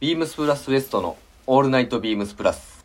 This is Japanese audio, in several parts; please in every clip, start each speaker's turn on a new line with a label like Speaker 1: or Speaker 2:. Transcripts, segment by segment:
Speaker 1: ビームスプラスウエストのオールナイトビームスプラス。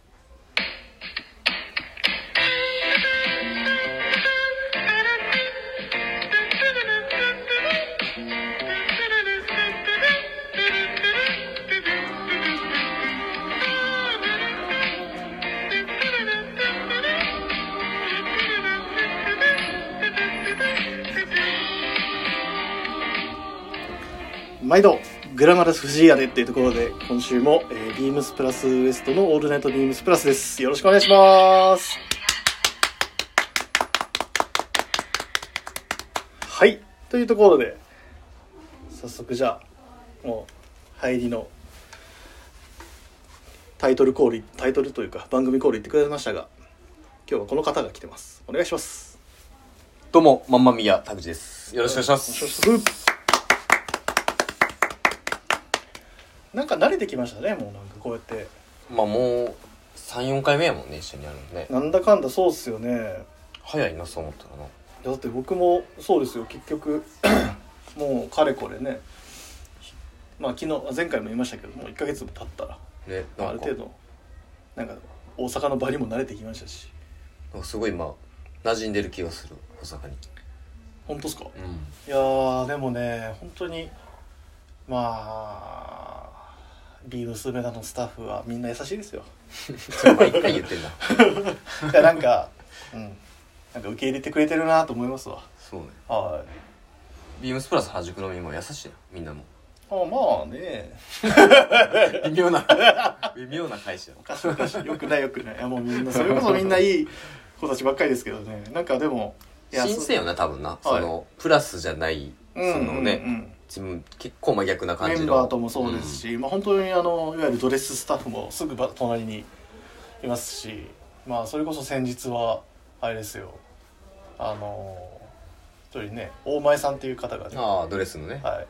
Speaker 2: 毎度グラマラス藤井やでっていうところで今週も、えービームスプラスウエストのオールナイトビームスプラスですよろしくお願いしますはいというところで早速じゃあもう入りのタイトルコールタイトルというか番組コール言ってくれましたが今日はこの方が来てますお願いします
Speaker 1: どうも、マンマミヤ、田口です。よろしくお願いしま
Speaker 2: お
Speaker 1: す。
Speaker 2: 願いしますなんか慣れてきましたねもうなんかこうやって
Speaker 1: まあもう、3、4回目やもんね、一緒にやるのね。
Speaker 2: なんだかんだそうっすよね
Speaker 1: 早いな、そう思ったらな。
Speaker 2: だって僕もそうですよ結局 もうかれこれねまあ昨日前回も言いましたけどもう1ヶ月も経ったら
Speaker 1: ね、
Speaker 2: ある程度なんか大阪の場にも慣れてきましたし
Speaker 1: なんかすごい今、馴染んでる気がする、大阪に。
Speaker 2: 本当っすか
Speaker 1: うん。
Speaker 2: いやーでもね本当にまあビームス梅田のスタッフはみんな優しいですよ
Speaker 1: それ毎回言って んな。
Speaker 2: いやなんか、うん、なんか受け入れてくれてるなと思いますわ。
Speaker 1: そうね。
Speaker 2: はい。
Speaker 1: ビームスプラス原宿のみも優しいな、みんなも。
Speaker 2: あまあね、
Speaker 1: 微妙な、 微妙な返しだ
Speaker 2: おかしいおかしい。よくないよくない。いやもうみんなそれこそみんないい子たちばっかりですけどね。なんかでも、いや
Speaker 1: 新鮮よな、多分な。その、プラスじゃない、そ
Speaker 2: そうん
Speaker 1: の
Speaker 2: うんう
Speaker 1: ね、
Speaker 2: ん
Speaker 1: 自分、結構真逆な感
Speaker 2: メ
Speaker 1: じの。
Speaker 2: ンバーともそうですし、まあ本当にあのいわゆるドレススタッフもすぐば隣にいますし、まあそれこそ先日はあれですよ、あの一人ね大前さんっていう方が
Speaker 1: う
Speaker 2: ね
Speaker 1: ん。、ああ、ドレスのね。
Speaker 2: はい、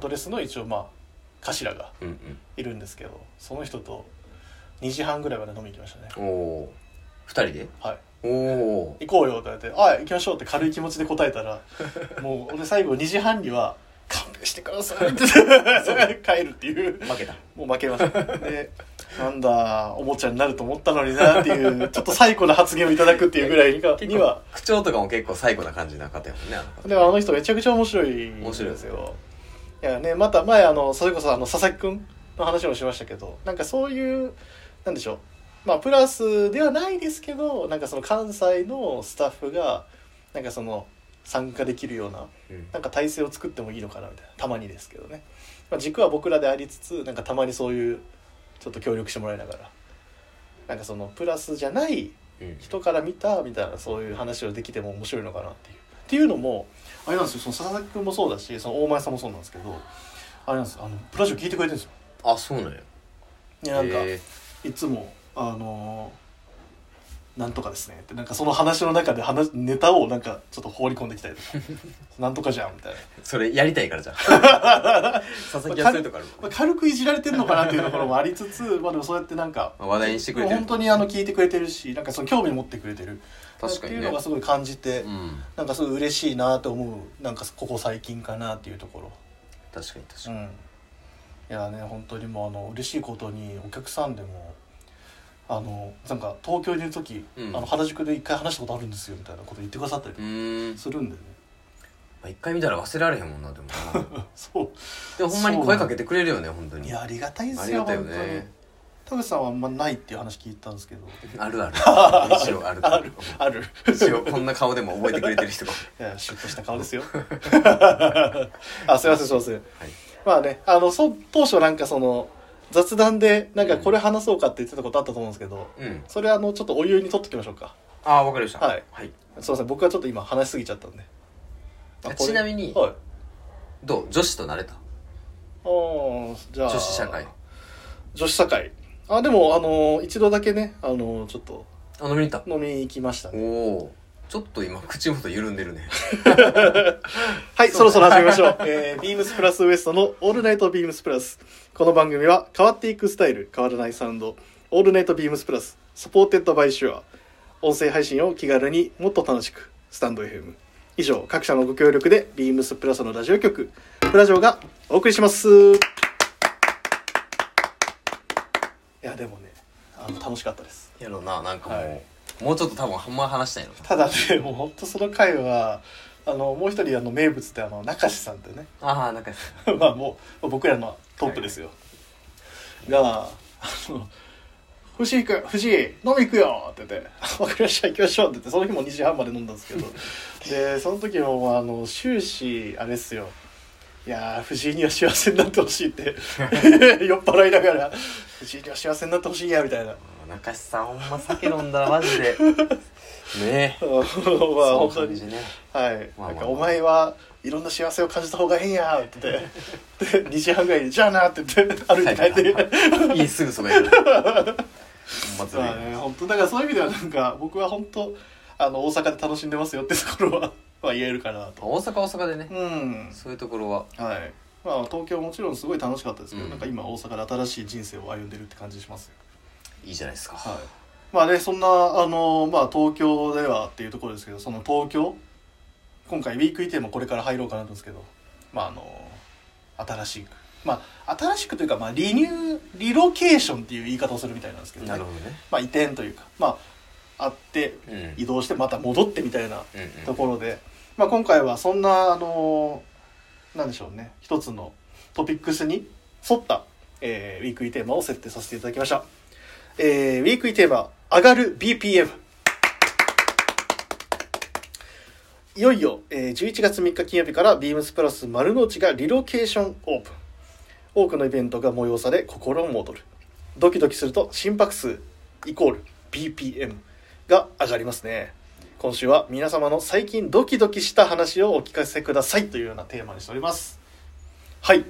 Speaker 2: ドレスの一応まあ頭が
Speaker 1: うんうん。
Speaker 2: いるんですけどその人と2時半ぐらいまで飲みに行きましたね
Speaker 1: おお2人で
Speaker 2: はい
Speaker 1: おお
Speaker 2: 行こうよって言われて「あ行きましょう」って軽い気持ちで答えたら もう俺最後2時半には「勘弁してください」って 帰るっていう
Speaker 1: 負けた
Speaker 2: もう負けましたでなんだおもちゃになると思ったのになっていうちょっと最古な発言をいただくっていうぐらいにかには
Speaker 1: 口調とかも結構最後な感じな方やもんねあの方
Speaker 2: でもあの人めちゃくちゃ面白いんですよ
Speaker 1: 面白
Speaker 2: いやねまた前あのそれこそあの佐々木くんの話もしましたけどなんかそういうなんでしょうまあプラスではないですけどなんかその関西のスタッフがなんかその参加できるような
Speaker 1: うん
Speaker 2: なんか体制を作ってもいいのかなみたいなたまにですけどね、まあ、軸は僕らでありつつなんかたまにそういうちょっと協力してもらいながらなんかそのプラスじゃない
Speaker 1: うん
Speaker 2: 人から見たみたいなそういう話をできても面白いのかなっていう。っていうのもあれなんですよその佐々木君もそうだしその大前さんもそうなんですけどあれなんですあのプラジオ聞いてくれてるんですよ。
Speaker 1: あそうなんや
Speaker 2: いやなんか、
Speaker 1: へ
Speaker 2: いつもあのーなんとかですねってなんかその話の中で話ネタをなんかちょっと放り込んできた りとかなんとかじゃんみたいな、
Speaker 1: ーそれやりたいからじゃん 佐々木はそういうとこある
Speaker 2: まあ、軽くいじられてるのかなっていうところもありつつ まあでもそうやってなんか
Speaker 1: まあ話題にしてくれてる
Speaker 2: 本当にあの聞いてくれてるしなんかその興味持ってくれてる
Speaker 1: 確かにね
Speaker 2: っていうのがすごい感じて、
Speaker 1: うん
Speaker 2: なんかすごい嬉しいなと思うなんかここ最近かなっていうところ
Speaker 1: 確かに確
Speaker 2: う
Speaker 1: か
Speaker 2: んいやね本当にもうあの嬉しいことにお客さんでもあのなんか東京にいる時、
Speaker 1: うん
Speaker 2: あの原宿で一回話したことあるんですよみたいなこと言ってくださったり
Speaker 1: にうーんま
Speaker 2: するんでね、
Speaker 1: あ一回見たら忘れられへんもんなでもな
Speaker 2: そ
Speaker 1: でもほんまに声かけてくれるよね本当
Speaker 2: うい
Speaker 1: に
Speaker 2: やありがたいで
Speaker 1: あ
Speaker 2: す
Speaker 1: り
Speaker 2: よ
Speaker 1: がたいよ
Speaker 2: 本当に
Speaker 1: ね
Speaker 2: 田口さんはあんまないっていう話聞いたんですけど
Speaker 1: あるある一 応ある
Speaker 2: あるある
Speaker 1: 一応こんな顔でも覚えてくれてる人が
Speaker 2: いやシュッとした顔 ですよあすいませんすいません
Speaker 1: はい
Speaker 2: まあね、あの、そう、当初なんかその、雑談で、なんかこれ話そうかって言ってたことあったと思うんですけど、
Speaker 1: うん
Speaker 2: それあの、ちょっとお湯に取っときましょうか。
Speaker 1: ああわかりました
Speaker 2: はい
Speaker 1: はい
Speaker 2: すいません、僕はちょっと今話しすぎちゃったんで。まあこれ
Speaker 1: ちなみに
Speaker 2: はい。あ
Speaker 1: どう女子となれた
Speaker 2: あ、じゃあ。
Speaker 1: 女子社会。
Speaker 2: 女子社会。あ、でも、あの、一度だけね、あの、ちょっと
Speaker 1: あ飲みに行った
Speaker 2: 飲みに行きましたね。
Speaker 1: おおちょっと今口元緩んでるね
Speaker 2: はい、そろそろ始めましょう。 えー、ビームスプラスウエストのオールナイトビームスプラス。この番組は変わっていくスタイル、変わらないサウンド、オールナイトビームスプラス、サポーテッドバイシュア。音声配信を気軽にもっと楽しく、スタンド FM。以上、各社のご協力で、ビームスプラスのラジオ局、プラジオがお送りします。いやでもねあの楽しかったです
Speaker 1: やろうななんかもう、
Speaker 2: はい
Speaker 1: もうちょっと多分あんま話したいの
Speaker 2: ただねもう本当その回はあのもう一人あの名物ってあの中志さんってね
Speaker 1: ああなんか
Speaker 2: まあもう僕らのトップですよ、があの「藤井君藤井飲み行くよ」って言って 「分かりました行きましょう」って言ってその日も2時半まで飲んだんです けどでその時ももうあの終始あれっすよいやー藤井には幸せになってほしいって 酔っ払いながら「藤井には幸せになってほしいや」み たいな
Speaker 1: 中志さんほんま酒飲んだらマジで ねえ
Speaker 2: あのま
Speaker 1: そ
Speaker 2: あ
Speaker 1: う
Speaker 2: 本
Speaker 1: いう
Speaker 2: 当
Speaker 1: 感
Speaker 2: に
Speaker 1: じね
Speaker 2: は
Speaker 1: まあま
Speaker 2: い、
Speaker 1: あまあ
Speaker 2: なんかお前はいろんな幸せを感じた方がいいんやって言ってで2時半ぐらいに「じゃあな」って言って歩いて帰って、
Speaker 1: はい家すぐそばやる ほんまずるい
Speaker 2: まあね本当だからそういう意味ではなんか僕は本当あの大阪で楽しんでますよってところは まあ言えるかなと
Speaker 1: 大阪は大阪でね
Speaker 2: うん
Speaker 1: そういうところは
Speaker 2: はいまあ東京もちろんすごい楽しかったですけど、
Speaker 1: うん
Speaker 2: なんか今大阪で新しい人生を歩んでるって感じしますよ
Speaker 1: いいじゃないですか、
Speaker 2: はいまあねそんなあのまあ東京ではっていうところですけどその東京今回ウィークイーテーマこれから入ろうかなと思うんですけどまああの新しくまあ新しくというかまあリニューリロケーションっていう言い方をするみたいなんですけど,、ね
Speaker 1: なるほどね
Speaker 2: まあ移転というかまああって
Speaker 1: うんうん
Speaker 2: 移動してまた戻ってみたいな
Speaker 1: うん
Speaker 2: ところで、まあ、今回はそんなあのなんでしょうね一つのトピックスに沿った、えーウィークリーテーマを設定させていただきました、えーウィークリーテーマ「上がる BPM」いよいよ、えー11月3日金曜日からビームスプラス丸の内がリロケーションオープン多くのイベントが催され心も躍るドキドキすると心拍数イコール BPM が上がりますね今週は皆様の最近ドキドキした話をお聞かせくださいというようなテーマにしておりますはい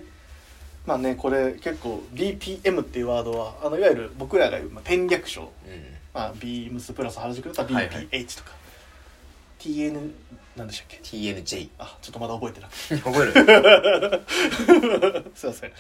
Speaker 2: まあねこれ結構 BPM っていうワードはあのいわゆる僕らが言うまあ転略称
Speaker 1: うん
Speaker 2: まあ、ビームスプラス原宿だった
Speaker 1: は
Speaker 2: ら
Speaker 1: いはい
Speaker 2: BPH とか、TN なんでしたっけ
Speaker 1: TNJ
Speaker 2: あちょっとまだ覚えてなく て
Speaker 1: 覚える
Speaker 2: すいません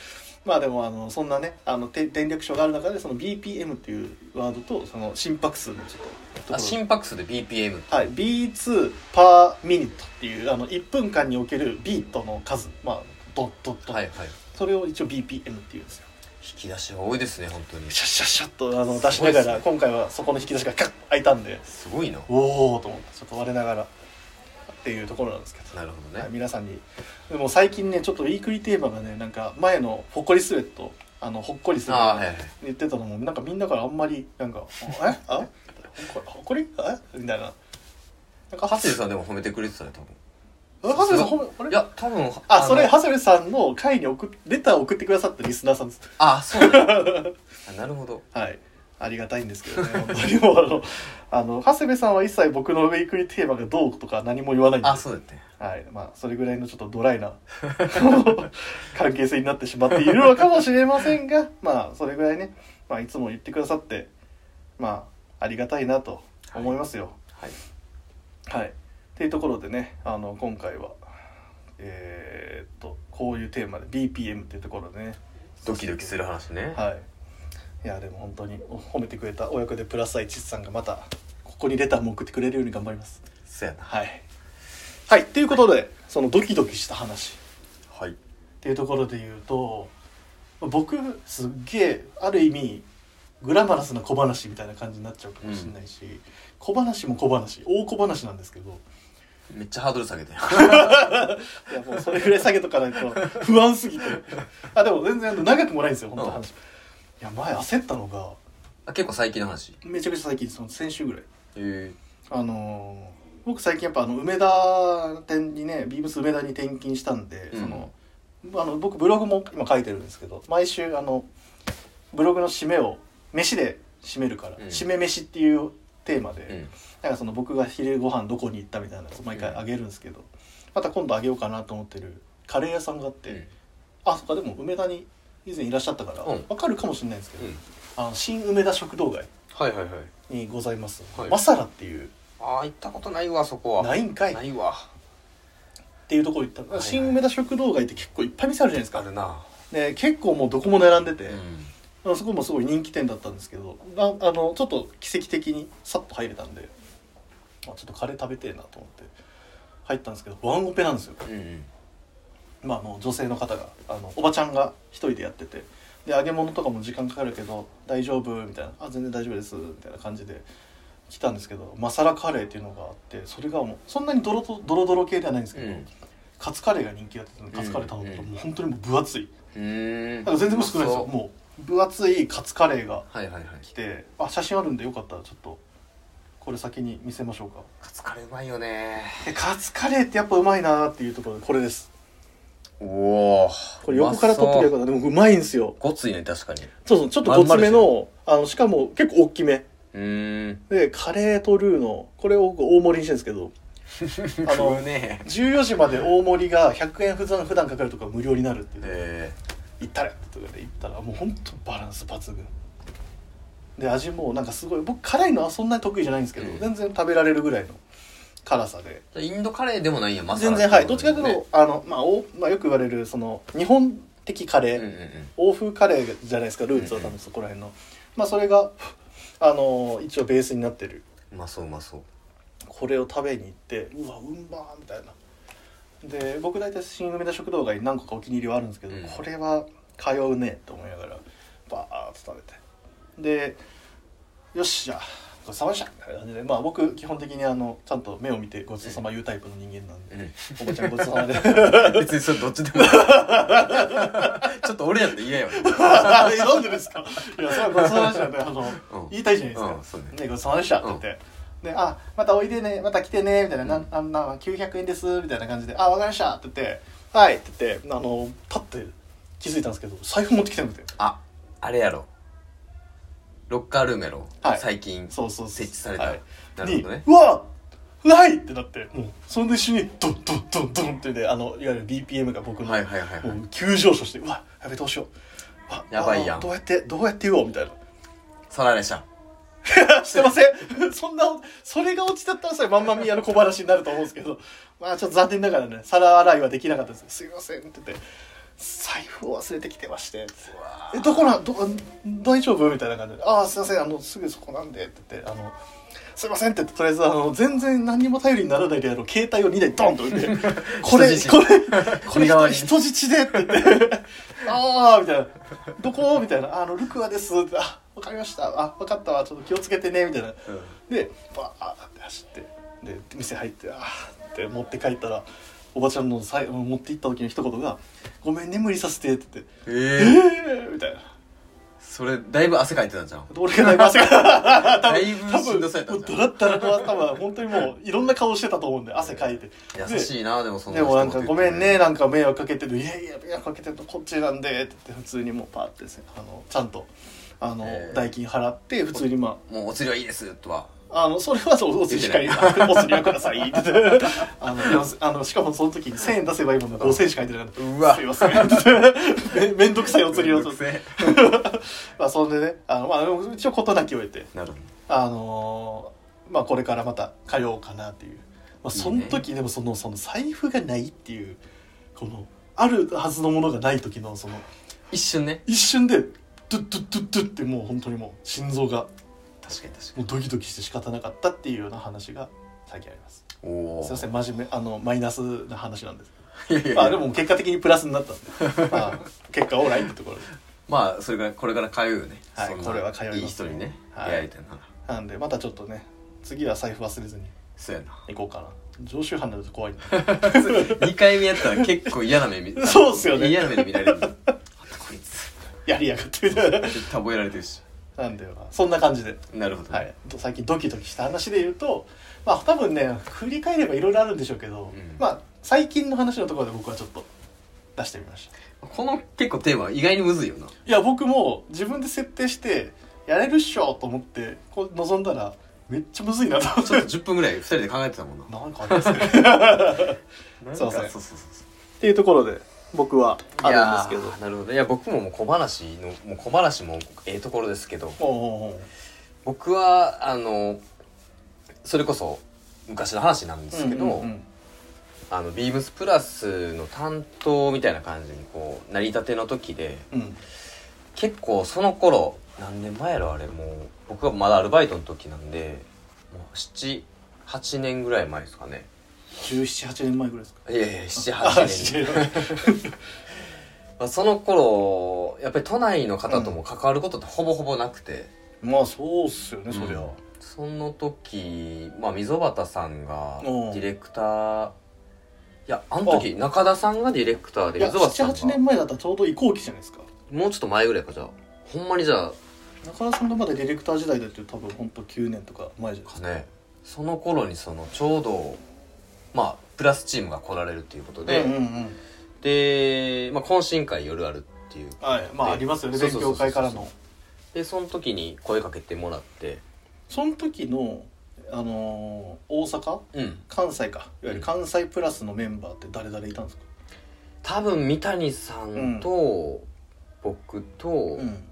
Speaker 2: まあでもあのそんなねあのて電力書がある中でその BPM っていうワードとその心拍数のちょっと
Speaker 1: あ心拍数で BPM
Speaker 2: はい、B2 パーミニットっていうあの1分間におけるビートの数まあドッドッドッ、
Speaker 1: はいはい
Speaker 2: それを一応 BPM っていうんですよ
Speaker 1: 引き出しが多いですね本当に
Speaker 2: シャッシャッシャッとあの出しなが
Speaker 1: すごい
Speaker 2: ら、
Speaker 1: っすね
Speaker 2: 今回はそこの引き出しがカッと開いたんです
Speaker 1: ごいな
Speaker 2: おおと思ってちょっと我ながらっていうところなんですけど
Speaker 1: なるほど
Speaker 2: はい、
Speaker 1: ね
Speaker 2: 皆さんにでも最近ねちょっとウィークリーテーマがねなんか前のほっこりスウェットあのほっこりする
Speaker 1: ああはいはい
Speaker 2: 言ってたのもなんかみんなからあんまりな んか「えあほっこりほっこりえみたいななん
Speaker 1: 長
Speaker 2: か
Speaker 1: 谷
Speaker 2: さ
Speaker 1: さんでも褒めてくれてたね多分
Speaker 2: ん長谷さんほんあれ
Speaker 1: いや多分
Speaker 2: あそれ
Speaker 1: の
Speaker 2: 長谷さんの会に送っレターを送ってくださったリスナーさんです
Speaker 1: あそうなんだあなるほど
Speaker 2: はいありがたいんですけどね本当にもうあのあの 長谷部さんは一切僕のウィークリーテーマがどうとか何も言わないんで
Speaker 1: あそうだって
Speaker 2: はいまあ、それぐらいのちょっとドライな 関係性になってしまっているのかもしれませんがまあそれぐらいね、まあ、いつも言ってくださってまあありがたいなと思いますよ。
Speaker 1: はい
Speaker 2: はいっていうところでねあの今回はえーっとこういうテーマで BPM っていうところでね
Speaker 1: ドキドキする話ね
Speaker 2: はいいやでも本当にお褒めてくれた親子でプラス愛チスさんがまたここにレターも送ってくれるように頑張ります。
Speaker 1: そうやな
Speaker 2: はい。はい、ということで、そのドキドキした話
Speaker 1: はい
Speaker 2: っていうところで言うと、僕、すっげえ、ある意味、グラマラスな小話みたいな感じになっちゃうかもしれないし、小話も小話、大小話なんですけど、
Speaker 1: めっちゃハードル下げ て
Speaker 2: いやもうそれぐらい下げとかないと不安すぎて。あ、でも全然長くもないんですよ、本当話。いや、前焦ったのが、
Speaker 1: あ結構最近の話
Speaker 2: めちゃくちゃ最近、その先週ぐらい。
Speaker 1: え
Speaker 2: あのー僕最近やっぱあの梅田店にねビームス梅田に転勤したんで、
Speaker 1: うん
Speaker 2: そのあの僕ブログも今書いてるんですけど毎週あのブログの締めを飯で締めるから、
Speaker 1: うん
Speaker 2: 締め飯っていうテーマで、
Speaker 1: えうん
Speaker 2: なんかその僕が昼ご飯どこに行ったみたいなやつ毎回あげるんですけど、また今度あげようかなと思ってるカレー屋さんがあって、
Speaker 1: うん
Speaker 2: あそっかでも梅田に以前いらっしゃったから、
Speaker 1: うん
Speaker 2: わかるかもしれないんですけど、
Speaker 1: うん
Speaker 2: あの新梅田食堂街
Speaker 1: はいはいはい
Speaker 2: にございます、
Speaker 1: はい
Speaker 2: マサラっていう
Speaker 1: ああ行ったことないわそこは
Speaker 2: ないんかい
Speaker 1: ないわ
Speaker 2: っていうところ行ったの、
Speaker 1: はいはい
Speaker 2: 新梅田食堂街って結構いっぱい店あるじゃないです
Speaker 1: あ
Speaker 2: か
Speaker 1: るな
Speaker 2: で結構もうどこも並んでて
Speaker 1: う、ん
Speaker 2: あそこもすごい人気店だったんですけどああのちょっと奇跡的にさっと入れたんであちょっとカレー食べてえなと思って入ったんですけどワンオペなんですよ
Speaker 1: うんうん
Speaker 2: まあ、あの女性の方があのおばちゃんが一人でやっててで揚げ物とかも時間かかるけど大丈夫みたいなあ全然大丈夫ですみたいな感じで来たんですけどマサラカレーっていうのがあってそれがもうそんなにドロとドロドロ系ではないんですけど、
Speaker 1: うん
Speaker 2: カツカレーが人気だったのでカツカレー頼むと
Speaker 1: うん
Speaker 2: もう本当にもう分厚い
Speaker 1: うん
Speaker 2: なんか全然薄くないですよ
Speaker 1: うまそう
Speaker 2: もう分厚いカツカレーが
Speaker 1: はいはいはい
Speaker 2: 来てあ写真あるんでよかったらちょっとこれ先に見せましょうか
Speaker 1: カツカレーうまいよね
Speaker 2: でカツカレーってやっぱうまいなーっていうところでこれです
Speaker 1: おお
Speaker 2: これ横から撮ってきゃよか
Speaker 1: っ
Speaker 2: ったでもうまいんですよ
Speaker 1: ごついね確かに
Speaker 2: そうそうちょっとごつめのあのしかも結構大きめ
Speaker 1: うー ん
Speaker 2: でカレーとルーのこれを僕大盛りにしてるんですけど
Speaker 1: あのね
Speaker 2: 14時まで大盛りが100円普段普段かかるとか無料になるっていうね
Speaker 1: え
Speaker 2: 行ったれとかで行ったらもうほんとバランス抜群で味もなんかすごい僕辛いのはそんなに得意じゃないんですけど、
Speaker 1: うん
Speaker 2: 全然食べられるぐらいの辛さで
Speaker 1: ーインドカレーでもないんやマサラ
Speaker 2: 全然はいどっちかというと、
Speaker 1: ね
Speaker 2: あの、まあ、おまあよく言われるその日本的カレー、
Speaker 1: うんうんうん
Speaker 2: 欧風カレーじゃないですかルーツは多分そこら辺の、まあそれがあの一応ベースになってる
Speaker 1: うまそううまそう
Speaker 2: これを食べに行ってうわうんまーみたいなで僕大体新梅田食堂街に何個かお気に入りはあるんですけど、
Speaker 1: うん
Speaker 2: これは通うねと思いながらバーッと食べてでよっしゃごちそうさまでしたみたいな感じでまあ僕基本的にあのちゃんと目を見てごちそうさま言うタイプの人間なんで、
Speaker 1: う
Speaker 2: おばちゃんごちそうさまで
Speaker 1: ん別にそれどっちでも ちょっと俺やって嫌やわ
Speaker 2: なんでですかいやそれはごちそうさまでしたねあの、
Speaker 1: うん
Speaker 2: 言いたいじゃないですか、
Speaker 1: うんそうね
Speaker 2: ね、ごちそうさまでしたって言って、で「あまたおいでねまた来てね」みたいな「なあな900円です」みたいな感じで「あわかりました」って言って「はい」って言ってあのパッて気づいたんですけど財布持ってきてなくて
Speaker 1: ああれやろロッカールーメロ、
Speaker 2: はい
Speaker 1: 最近
Speaker 2: そうそうそう
Speaker 1: 設置された、
Speaker 2: はい
Speaker 1: なるほどね
Speaker 2: にうわないってなってもうそれで一緒にドンドンドンドンってねあのいわゆる BPM が僕の、
Speaker 1: はいはいはいはい
Speaker 2: もう急上昇して「うわやべどうしよう」うわ
Speaker 1: やばいやん
Speaker 2: あどうやってどうやって言おうみたいな
Speaker 1: サラレシャン
Speaker 2: してませんそんなそれが落ちだったらそれまんまみやの小話になると思うんですけどまあちょっと残念ながらね皿洗いはできなかったですすいませんって言って財布を忘れてきてましてえどこなど大丈夫みたいな感じで「ああすいませんあのすぐそこなんで」って言って「あのすいません」って言ってとりあえずあの全然何にも頼りにならないであろう携帯を2台ドンと 置いて「これ
Speaker 1: 人質
Speaker 2: これこれ
Speaker 1: 身代わりに
Speaker 2: 人質で」って 言って「ああ」みたいな「どこ?」みたいな「あのルクアです」って「あわかりましたあわかったわちょっと気をつけてね」みたいなでバーって走ってで店入ってあーって持って帰ったらおばちゃんのさい持って行った時の一言が「ごめんね無理させて」って言って
Speaker 1: え
Speaker 2: 「え
Speaker 1: ー、
Speaker 2: えー!」みたいな。
Speaker 1: それだいぶ汗かいてたんじゃん
Speaker 2: 俺がだいぶ汗が
Speaker 1: だいぶしんどそうやった
Speaker 2: も
Speaker 1: ん
Speaker 2: う
Speaker 1: じ
Speaker 2: ド
Speaker 1: ゃ
Speaker 2: ラッダラの多分本当にもういろんな顔してたと思うんで汗かいて
Speaker 1: ん優しいなでもその
Speaker 2: でもなんか「ごめんね」なんか迷惑かけてる「いやいや迷惑かけてるとこっちなんで」って言って普通にもうパーってですねあのちゃんとあの
Speaker 1: えー
Speaker 2: 代金払って普通にまあ
Speaker 1: もうお釣りはいいですとは
Speaker 2: あの、それはそう、お釣りしかいない。お釣りはください。 ってあの、でもあの、しかもその時に1000円出せばいいものが5000円しか入ってなかった。
Speaker 1: うわ
Speaker 2: すいません。めめんどくさいお釣りを。
Speaker 1: せ
Speaker 2: まあ、そんでね、あの、まあ、でも一応事なきを得て、
Speaker 1: なるほど
Speaker 2: あのーまあ、これからまた通おうかなっていう。まあ、その時、でもその、その財布がないっていう、この、あるはずのものがない時の、その、
Speaker 1: 一瞬ね
Speaker 2: 一瞬で、ドゥッドゥッドゥッドゥッってもう本当にもう心臓が
Speaker 1: 確かに確か
Speaker 2: もうドキドキして仕方なかったっていうような話が最近あります。
Speaker 1: におお
Speaker 2: すいません真面目あのマイナスな話なんです
Speaker 1: いやいやいや
Speaker 2: まあでも結果的にプラスになったん で、まあ、結果オーライってところで
Speaker 1: まあそれからこれから通うよね
Speaker 2: はい
Speaker 1: そんな
Speaker 2: これは通います
Speaker 1: いい人にね出
Speaker 2: はい
Speaker 1: 会えてな
Speaker 2: なんでまたちょっとね次は財布忘れずに
Speaker 1: そうやな
Speaker 2: 行こうかな常習犯になると怖いんで
Speaker 1: 二回目やったら結構嫌な目 見
Speaker 2: そうっすよね
Speaker 1: 嫌な目で見られ るあんたこいつ
Speaker 2: やりや がってみたいな
Speaker 1: 絶対覚えられてるし
Speaker 2: なんで、まあそんな感じで、
Speaker 1: なるほどね
Speaker 2: はい、と最近ドキドキした話で言うとまあ多分ね振り返ればいろいろあるんでしょうけど、
Speaker 1: うん
Speaker 2: まあ最近の話のところで僕はちょっと出してみました
Speaker 1: この結構テーマ意外にむずいよない
Speaker 2: や僕も自分で設定してやれるっしょと思ってこう臨んだらめっちゃむずいなと思って
Speaker 1: ちょっと10分ぐらい2人で考えてたもんな
Speaker 2: なんかありますね
Speaker 1: なんか
Speaker 2: そうそ
Speaker 1: そ
Speaker 2: う
Speaker 1: うそうそう
Speaker 2: っていうところで僕はあるんですけ
Speaker 1: い
Speaker 2: ど
Speaker 1: やーなるほどいや僕ももう小話のもう小話もええところですけど
Speaker 2: おうおうおう
Speaker 1: 僕はあのそれこそ昔の話なんですけど、
Speaker 2: うんうんうん
Speaker 1: あのビームスプラスの担当みたいな感じにこう成り立ての時で
Speaker 2: うん
Speaker 1: 結構その頃何年前やろあれもう僕がまだアルバイトの時なんでもう78年ぐらい前ですかね
Speaker 2: 1718年前ぐらいですか
Speaker 1: いやいや78年
Speaker 2: あ17
Speaker 1: まあ、その頃やっぱり都内の方とも関わることってほぼほぼなくて、
Speaker 2: まあそうっすよね、そりゃ
Speaker 1: うんその時、まあ、溝端さんがデ
Speaker 2: うん
Speaker 1: ィレクターいやあの時中田さんがディレクターで
Speaker 2: いや
Speaker 1: 溝端さん
Speaker 2: 78
Speaker 1: が
Speaker 2: 年前だったらちょうど移行期じゃないですか
Speaker 1: もうちょっと前ぐらいかじゃあほんまにじゃあ
Speaker 2: 中田さんがまだディレクター時代だって多分本当9年とか前じゃないです
Speaker 1: か
Speaker 2: か
Speaker 1: ねその頃にそのちょうどまあプラスチームが来られるっていうことで、
Speaker 2: うんうんうん
Speaker 1: で、まあ、懇親会夜あるっていう
Speaker 2: はいまあありますよね
Speaker 1: そう
Speaker 2: 勉
Speaker 1: そうそう
Speaker 2: 強
Speaker 1: そう
Speaker 2: 会からの
Speaker 1: でその時に声かけてもらって
Speaker 2: その時のあのー大阪
Speaker 1: うん
Speaker 2: 関西かいわゆる関西プラスのメンバーって誰々いたんですか
Speaker 1: 多分三谷さんと僕と、
Speaker 2: うん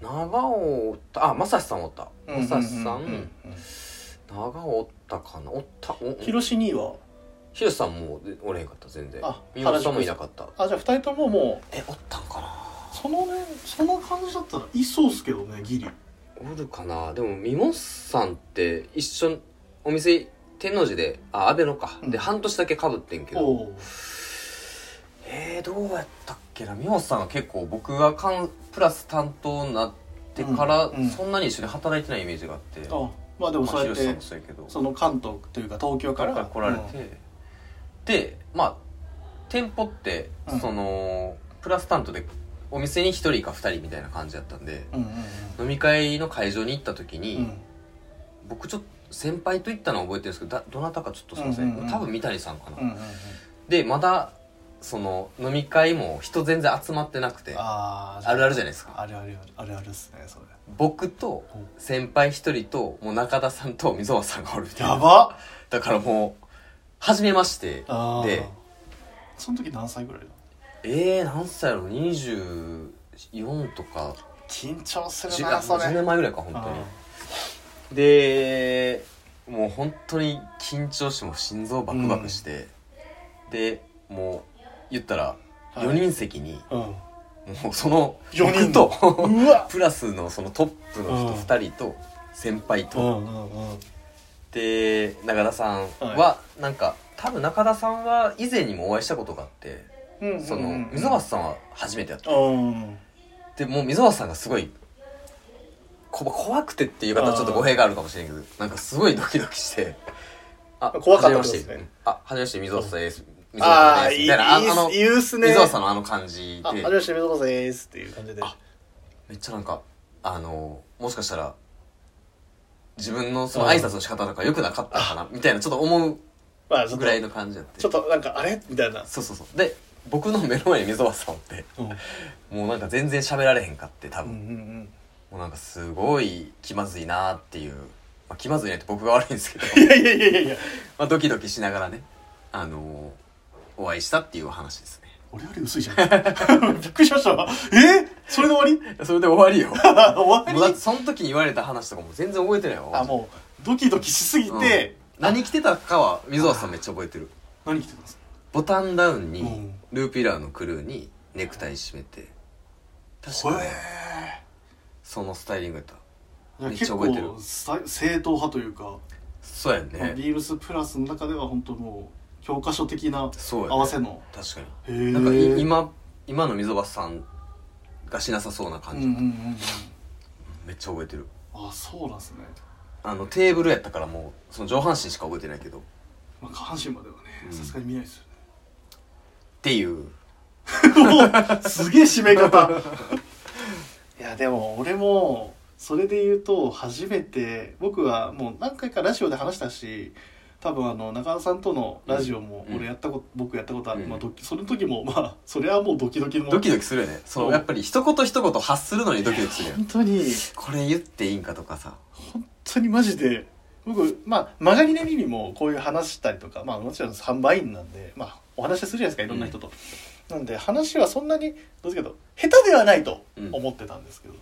Speaker 1: 長尾おったあ正志さんおった
Speaker 2: うん
Speaker 1: 正志さん,、
Speaker 2: うんうんうん
Speaker 1: 長尾おったかなおったお
Speaker 2: 広志には
Speaker 1: ひろしさんもでおれへんかった全然
Speaker 2: あ
Speaker 1: 三好さんもいなかった
Speaker 2: あじゃあ2人ともも
Speaker 1: えおったんかな
Speaker 2: うそのねその感じだったらいそうっすけどねギリ
Speaker 1: おるかなでも三本さんって一緒にお店天王寺であ安倍のか、
Speaker 2: うん
Speaker 1: で半年だけかぶってんけど
Speaker 2: おう
Speaker 1: えー、どうやったっけな三本さんは結構僕がカンプラス担当になってから、
Speaker 2: うんうん
Speaker 1: そんなに一緒に働いてないイメージがあって
Speaker 2: あまあでも
Speaker 1: ま
Speaker 2: そ
Speaker 1: あ
Speaker 2: う
Speaker 1: ひ
Speaker 2: や
Speaker 1: ろ
Speaker 2: っ
Speaker 1: しさんもそう
Speaker 2: て
Speaker 1: やけど
Speaker 2: その関東というか東京か
Speaker 1: から
Speaker 2: ら
Speaker 1: 来られて、でまあ店舗って、
Speaker 2: うん
Speaker 1: そのプラス担当でお店に1人か2人みたいな感じだったんで
Speaker 2: うんうんうん
Speaker 1: 飲み会の会場に行った時に、
Speaker 2: うん
Speaker 1: 僕ちょっと先輩と行ったのは覚えてるんですけどだどなたかちょっとすいません,、
Speaker 2: うんうんうん
Speaker 1: 多分三谷さんかな、
Speaker 2: うんうんうん
Speaker 1: でまだその飲み会も人全然集まってなくてあ
Speaker 2: あ
Speaker 1: るあるじ
Speaker 2: ゃ
Speaker 1: ゃないですか
Speaker 2: あるあるあるあるっすねそれ
Speaker 1: 僕と先輩1人ともう中田さんと溝端さんがおるみたいな
Speaker 2: やばっ
Speaker 1: だからもう初めまして
Speaker 2: あー
Speaker 1: で
Speaker 2: その時何歳ぐらいだ
Speaker 1: えー、何歳やろ24とか
Speaker 2: 緊張する
Speaker 1: 10
Speaker 2: な
Speaker 1: あ
Speaker 2: それ
Speaker 1: 10年前ぐらいか本当
Speaker 2: あ
Speaker 1: にでもう本当に緊張してもう心臓バクバクして、でもう言ったら
Speaker 2: はい
Speaker 1: 4人席に、
Speaker 2: ーうん
Speaker 1: もうその
Speaker 2: 四人
Speaker 1: 僕と
Speaker 2: うわ
Speaker 1: プラスのそのトップの
Speaker 2: う
Speaker 1: 人
Speaker 2: ん
Speaker 1: 2人と先輩
Speaker 2: う
Speaker 1: と、
Speaker 2: んうんうん
Speaker 1: で中田さんはなんか、多分中田さんは以前にもお会いしたことがあって
Speaker 2: うんうんうん
Speaker 1: その溝端さんは初めてやった
Speaker 2: うん
Speaker 1: でもう溝端さんがすごいこ怖くてっていう言い方はちょっと語弊があるかもしれんけどなんかすごいドキドキしてあ
Speaker 2: 怖かったっ
Speaker 1: は
Speaker 2: て
Speaker 1: じ
Speaker 2: こ
Speaker 1: め
Speaker 2: とですね
Speaker 1: ましてあはじめまして溝端です溝
Speaker 2: あ
Speaker 1: 端
Speaker 2: あ
Speaker 1: です
Speaker 2: い
Speaker 1: み
Speaker 2: い
Speaker 1: たいなあ
Speaker 2: いいっ
Speaker 1: あ
Speaker 2: す
Speaker 1: の
Speaker 2: 言うっすね
Speaker 1: 溝端さんのあの感じ
Speaker 2: あ、あり
Speaker 1: で
Speaker 2: がとうございますですっていう感じで。
Speaker 1: あめっちゃなんかあのもしかしたら自分のその
Speaker 2: うん
Speaker 1: 挨拶の仕方とか良くなかったかなみたいなちょっと思
Speaker 2: まあ、ちょ
Speaker 1: う
Speaker 2: っ
Speaker 1: ぐらい
Speaker 2: と、
Speaker 1: の感じやって
Speaker 2: ちょっとなんか、あれみたいな。
Speaker 1: そうそうそうで僕の目の前に溝端さんおって
Speaker 2: うんうん
Speaker 1: もうなんか全然喋られへんかって多分
Speaker 2: うん
Speaker 1: もうなんかすごい気まずいなーっていう、まあ、気まずいねって僕が悪いんですけど
Speaker 2: うん。いやいやいやいやいや。
Speaker 1: まあドキドキしながらねあのーお会いしたっていうお話です
Speaker 2: 俺より薄いじゃん。 びっくりしましたわ。えそれで終わり
Speaker 1: ね それで終わりよ
Speaker 2: あ
Speaker 1: もうだ
Speaker 2: 終わ
Speaker 1: って
Speaker 2: り
Speaker 1: その時に言われた話とかも全然覚えてないわ
Speaker 2: あ、もう、ドキドキしすぎ
Speaker 1: うん
Speaker 2: て、
Speaker 1: 何着てたかは水橋さんめっちゃ覚えてる
Speaker 2: 何着てたんですか
Speaker 1: ボタンダウン
Speaker 2: う
Speaker 1: に
Speaker 2: ん
Speaker 1: ルーピラーのクルーにネクタイ締めて確かね
Speaker 2: へ
Speaker 1: そのスタイリングやった
Speaker 2: え。
Speaker 1: めっちゃ
Speaker 2: 結
Speaker 1: 覚えてる
Speaker 2: 構、さ正統派というか、
Speaker 1: そうや
Speaker 2: まあ
Speaker 1: ね
Speaker 2: ビームスプラスの中では本当もう、教科書的な
Speaker 1: そうや
Speaker 2: 合
Speaker 1: ね
Speaker 2: わせの。
Speaker 1: 確か
Speaker 2: へ
Speaker 1: に
Speaker 2: え。
Speaker 1: なんかい今今の溝端さんがしなさそうな
Speaker 2: うん
Speaker 1: 感
Speaker 2: うん
Speaker 1: じ、
Speaker 2: うんうん。
Speaker 1: めっちゃ覚えてる
Speaker 2: あ、そうなんですね。
Speaker 1: あのテーブルやったからもうその上半身しか覚えてないけどっ
Speaker 2: まあ、下半身までは
Speaker 1: う
Speaker 2: ね、
Speaker 1: ん
Speaker 2: さすがに見ないですよね。
Speaker 1: ていう
Speaker 2: すげえ締め方 いやでも俺もそれで言うと初めて僕はもう何回かラジオで話したし多分あの中田さんとのラジオも
Speaker 1: うん
Speaker 2: 俺やったこと、僕やったことある、
Speaker 1: うん
Speaker 2: まあ、ドキその時もまあそれはもうドキドキの
Speaker 1: ドキドキするよねそ
Speaker 2: うん
Speaker 1: のやっぱり一言一言発するのにドキドキするよ
Speaker 2: 本当に
Speaker 1: これ言っていいんかとかさ
Speaker 2: 本当にマジで僕まあ曲がりね耳もこういう話したりとかまあもちろん販売員なんでまあお話しするじゃないですかいろんな人と、なんで話はそんなにどうですけど下手ではないと思ってたんですけど、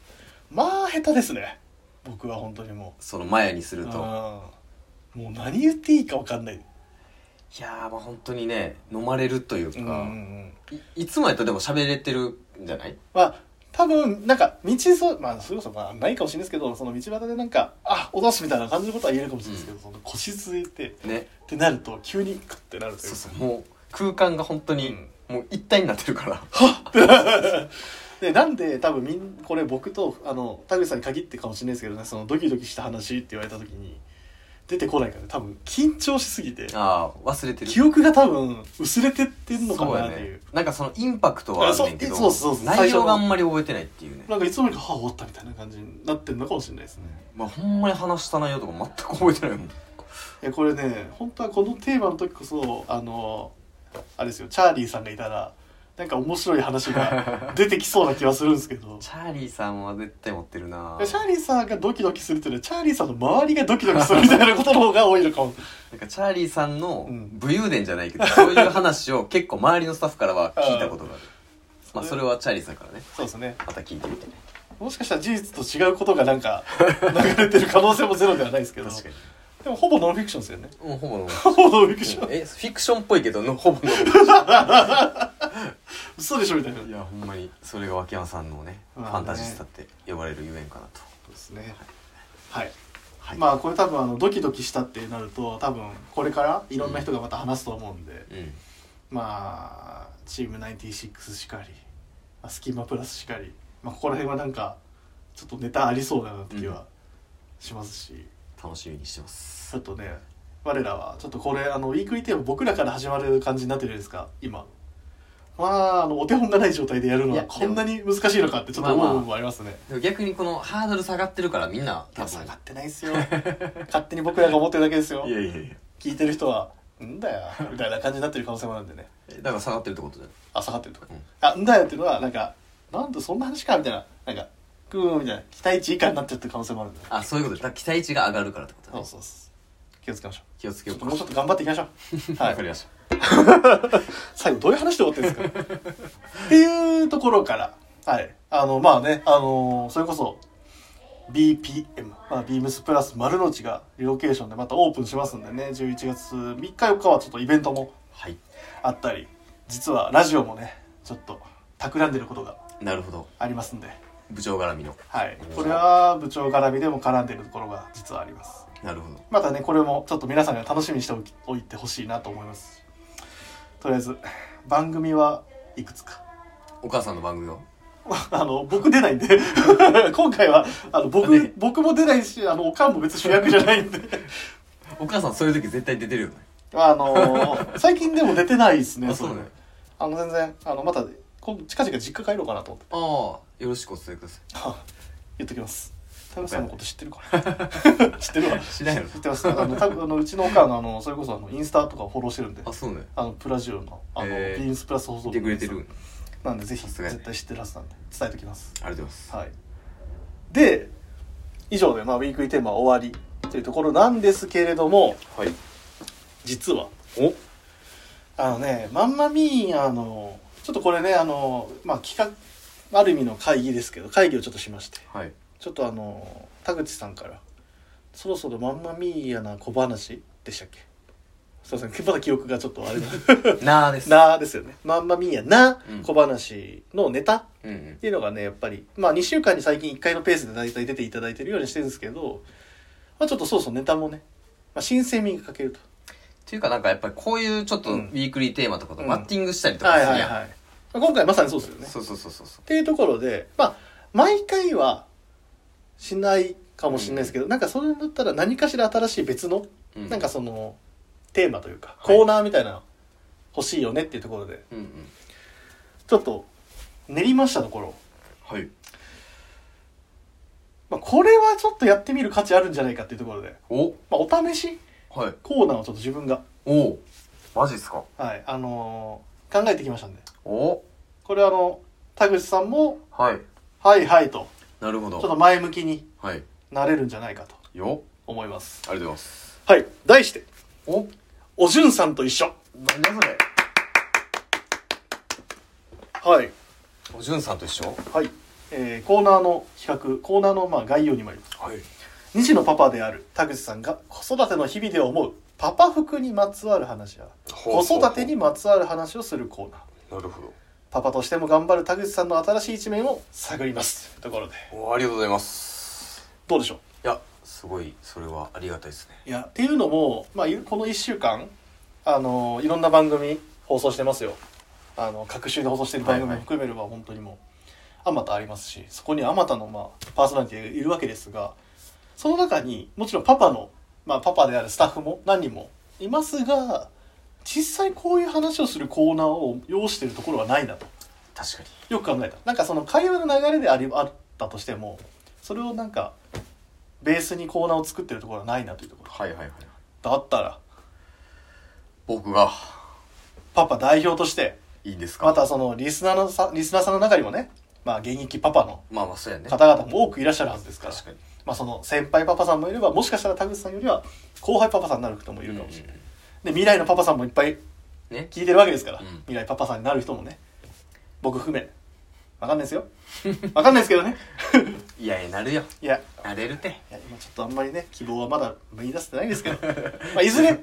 Speaker 2: まあ下手ですね僕は本当にも
Speaker 1: その前にす
Speaker 2: う
Speaker 1: る
Speaker 2: うん
Speaker 1: と
Speaker 2: もう何言っていいか分かんない
Speaker 1: いやーまあ本当にね飲まれるというか、
Speaker 2: うんうんうん
Speaker 1: いいつもやったらでも喋れてるんじゃない
Speaker 2: まあ多分なんか道そまあそれこそまあないかもしれないですけどその道端でなんかあお出すみたいな感じのことは言えるかもしれないですけど、その腰ついて
Speaker 1: ね
Speaker 2: ってなると急にクッてなるという
Speaker 1: そ
Speaker 2: か
Speaker 1: うそうもう空間が本当に
Speaker 2: うん
Speaker 1: もう一体になってる から
Speaker 2: でなんで多分みんこれ僕とあの田口さんに限ってかもしれないですけどねそのドキドキした話って言われた時に出てこないから多分緊張しすぎて
Speaker 1: ああ忘れてる
Speaker 2: 記憶が多分薄れてってんのか
Speaker 1: そう
Speaker 2: な
Speaker 1: や
Speaker 2: っていう
Speaker 1: ねなんかそのインパクトはあるねんけど
Speaker 2: あそうそうそうそう
Speaker 1: 内容があんまり覚えてないっていうね
Speaker 2: なんかいつの間にか歯終わったみたいな感じになってるのかもしれないですね
Speaker 1: まあほんまに話した内容とか全く覚えてないもん
Speaker 2: いやこれね本当はこのテーマの時こそあのあれですよチャーリーさんがいたらなんか面白い話 が出てきそうな気はするんですけど
Speaker 1: チャーリーさんは絶対持ってるな
Speaker 2: チャーリーさんがドキドキするっていうのはチャーリーさんの周りがドキドキするみたいなことの方が多いのかも
Speaker 1: なんかチャーリーさんの
Speaker 2: うん
Speaker 1: 武勇伝じゃない けど、そういう話を結構周りのスタッフからは聞いたことがあるまあそれはチャーリーさんからね
Speaker 2: そうですね
Speaker 1: また聞いてみてね
Speaker 2: もしかしたら事実と違うことがな んか流れてる可能性もゼロではないですけど
Speaker 1: 確かに
Speaker 2: でもほぼノンフィクションですよね
Speaker 1: もうほぼの
Speaker 2: ほぼノンフィクション
Speaker 1: えフィクションっぽいけどのほぼ
Speaker 2: 嘘でしょみたいな
Speaker 1: のいやほんまにそれが脇山さんのねフ
Speaker 2: まあね
Speaker 1: ァンタジスタって呼ばれるゆえんかなと
Speaker 2: そうですねはい、
Speaker 1: はい
Speaker 2: まあこれ多分あのドキドキしたってなると多分これからいろんな人がまた話すと思うんで、
Speaker 1: うん
Speaker 2: まあチーム96しかり、まあ、スキマプラスしかり、まあ、ここら辺はなんかちょっとネタありそうだなって気はしますし、
Speaker 1: 楽しみにしてます
Speaker 2: ちょっとね我らはちょっとこれあのウィークリーテーマ僕らから始まる感じになってるじゃないですか今まああのお手本がない状態でやるの
Speaker 1: いや
Speaker 2: は
Speaker 1: でも
Speaker 2: こんなに難しいのかってちょっと思う部分もありますね、
Speaker 1: でも逆にこのハードル下がってるからみんない多
Speaker 2: や
Speaker 1: 分
Speaker 2: 下がってない ですよ勝手に僕らが思ってるだけですよ
Speaker 1: いやいやいや
Speaker 2: 聞いてる人は「んだよ」みたいな感じになってる可能性もあるんでね
Speaker 1: えだから下がってるってことだよ
Speaker 2: あ下がってるとか
Speaker 1: うん
Speaker 2: 「あんだよ」っていうのはなんか「なんでそんな話か」みたいななんか「グーン」みたいな期待値以下になっちゃってる可能性もあるんでね
Speaker 1: あそういうことだから期待値が上がるからってことだ
Speaker 2: そう
Speaker 1: ね
Speaker 2: そうそう気をつけましょう
Speaker 1: 気をつけ
Speaker 2: ち
Speaker 1: よ
Speaker 2: ょ
Speaker 1: う
Speaker 2: っと
Speaker 1: か
Speaker 2: もうちょっと頑張っていきましょ うは
Speaker 1: わ
Speaker 2: い
Speaker 1: かりました
Speaker 2: 最後どういう話で終わってるんですかっていうところからはいあのまあねあのそれこそ BPM、まあ、ビームスプラス丸の内がリロケーションでまたオープンしますんでね11月3日4日はちょっとイベントも
Speaker 1: はい
Speaker 2: あったり実はラジオもねちょっと企んでることが
Speaker 1: なるほど
Speaker 2: ありますんで
Speaker 1: 部長絡みの
Speaker 2: はいこれは部長絡みでも絡んでるところが実はあります
Speaker 1: なるほど
Speaker 2: またねこれもちょっと皆さんが楽しみにしておきおいてほしいなと思いますとりあえず番組はいくつか
Speaker 1: お母さんの番組を
Speaker 2: あの僕出ないんで 今回はあの僕
Speaker 1: ね
Speaker 2: 僕も出ないしあのおかんも別に主役じゃない んで
Speaker 1: お母さんそういう時絶対出てるよね
Speaker 2: あの最近でも出てないですね
Speaker 1: あそうね
Speaker 2: あの全然あのまた今近々実家帰ろうかなと思って
Speaker 1: ああよろしくお伝えくださ
Speaker 2: あ言っときます田口さんのこと知ってるから知ってるわ
Speaker 1: いしないの
Speaker 2: 知ってますあの多分あのうちのお母のあのそれこそあのインスタとかフォローしてるんで
Speaker 1: あそうね
Speaker 2: あのプラジオのあの、
Speaker 1: えー
Speaker 2: ビームスプラス放送
Speaker 1: 見て
Speaker 2: 部
Speaker 1: くれてる
Speaker 2: なんでぜひ
Speaker 1: さすがやね
Speaker 2: 絶対知ってるはずなんで伝えときます
Speaker 1: ありがとうございます
Speaker 2: はいで以上で、まあ、ウィークリーテーマは終わりというところなんですけれども
Speaker 1: はい
Speaker 2: 実は
Speaker 1: お
Speaker 2: あのねまんまみーあのちょっとこれねあの、まあ、企画ある意味の会議ですけど会議をちょっとしまして
Speaker 1: はい
Speaker 2: ちょっとあの田口さんから「そろそろまんまみーやな小話」でしたっけすいませんまだ記憶がちょっとあれだ
Speaker 1: なあです
Speaker 2: なーですよね「まんまみーやな
Speaker 1: うん
Speaker 2: 小話」のネタっ
Speaker 1: うんうん
Speaker 2: ていうのがねやっぱりまあ2週間に最近1回のペースで大体出ていただいてるようにしてるんですけど、まあ、ちょっとそうそうネタもね、まあ、新鮮味が欠ける
Speaker 1: っ
Speaker 2: と
Speaker 1: ていうかなんかやっぱりこういうちょっとウ
Speaker 2: うん
Speaker 1: ィークリーテーマとかと
Speaker 2: うん
Speaker 1: バッティングしたりとか
Speaker 2: はい
Speaker 1: す
Speaker 2: は
Speaker 1: る
Speaker 2: い
Speaker 1: やん、
Speaker 2: はい今回まさにそうですよね
Speaker 1: そうそうそうそうそう
Speaker 2: っていうところでまあ毎回はしないかもしれないですけど、なんかそれだったら何かしら新しい別の
Speaker 1: う
Speaker 2: なんかそのテーマというか
Speaker 1: はい
Speaker 2: コーナーみたいなの欲しいよねっていうところで
Speaker 1: うんうん
Speaker 2: ちょっと練りましたところ、
Speaker 1: はい
Speaker 2: まあ、これはちょっとやってみる価値あるんじゃないかっていうところで、
Speaker 1: お
Speaker 2: まあ、お試し
Speaker 1: はい
Speaker 2: コーナーをちょっと自分が、
Speaker 1: おうマジっすか
Speaker 2: はいあのー考えてきましたんで
Speaker 1: お
Speaker 2: これはあの田口さんも
Speaker 1: はい
Speaker 2: はいはいと
Speaker 1: なるほ
Speaker 2: ちょ
Speaker 1: ど
Speaker 2: っと前向きに
Speaker 1: はい
Speaker 2: なれるんじゃないかと
Speaker 1: よ
Speaker 2: 思います
Speaker 1: ありがとうございます
Speaker 2: はい題して
Speaker 1: お
Speaker 2: 「おじゅんさんと一緒
Speaker 1: 何だそれ」
Speaker 2: はい
Speaker 1: おじゅんさんと一緒
Speaker 2: はい、えーコーナーの比較コーナーのまあ概要に参ります
Speaker 1: はい
Speaker 2: 2児のパパである田口さんが子育ての日々で思うパパ服にまつわる話や
Speaker 1: ほ
Speaker 2: 子
Speaker 1: うほうほう
Speaker 2: 育てにまつわる話をするコーナー
Speaker 1: なるほど
Speaker 2: パパとしても頑張る田口さんの新しい一面を探りますというところで
Speaker 1: おありがとうございます
Speaker 2: どうでしょ
Speaker 1: いやすごいそれはありがたいですね
Speaker 2: ういやっていうのも、まあ、いこの1週間、あのーいろんな番組放送してますよあの各週で放送している番組も含めれば本当にもうあまたありますしそこにあまたの、まあ、パーソナリティがいるわけですがその中にもちろんパパの、まあ、パパであるスタッフも何人もいますが実際こういう話をするコーナーを要しているところはないなと
Speaker 1: 確かに
Speaker 2: よく考えたなんかその会話の流れでありあったとしてもそれをなんかベースにコーナーを作ってるところはないなというところ
Speaker 1: はいはいはい
Speaker 2: だったら
Speaker 1: 僕が
Speaker 2: パパ代表として
Speaker 1: いいんですか
Speaker 2: またそのリスナーのさリスナーさんの中にもね、まあ、現役パパの
Speaker 1: まあまあそうやね
Speaker 2: 方々も多くいらっしゃるはずですから、
Speaker 1: 確かに
Speaker 2: まあ、その先輩パパさんもいればもしかしたら田口さんよりは後輩パパさんになる人もいるかもしれない、で未来のパパさんもいっぱい
Speaker 1: うんね
Speaker 2: 聞いてるわけですから、
Speaker 1: うん
Speaker 2: 未来パパさんになる人もね僕含めわかんないですよわかんないですけどね
Speaker 1: いやいやなるよ
Speaker 2: いや
Speaker 1: なれるて
Speaker 2: いや今ちょっとあんまりね希望はまだ見出せてないですけど、まあ、いずれ